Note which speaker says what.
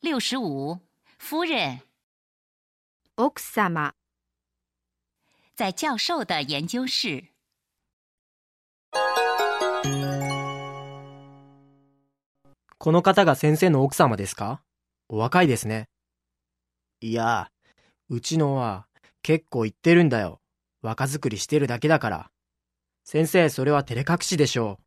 Speaker 1: 六十五，夫人
Speaker 2: 奥様、
Speaker 1: 在教授的研究室。
Speaker 3: この方が先生の奥様ですかお若いですね。いや、うちのは結構言ってるんだよ。若作りしてるだけだから。先生、それは照れ隠しでしょう。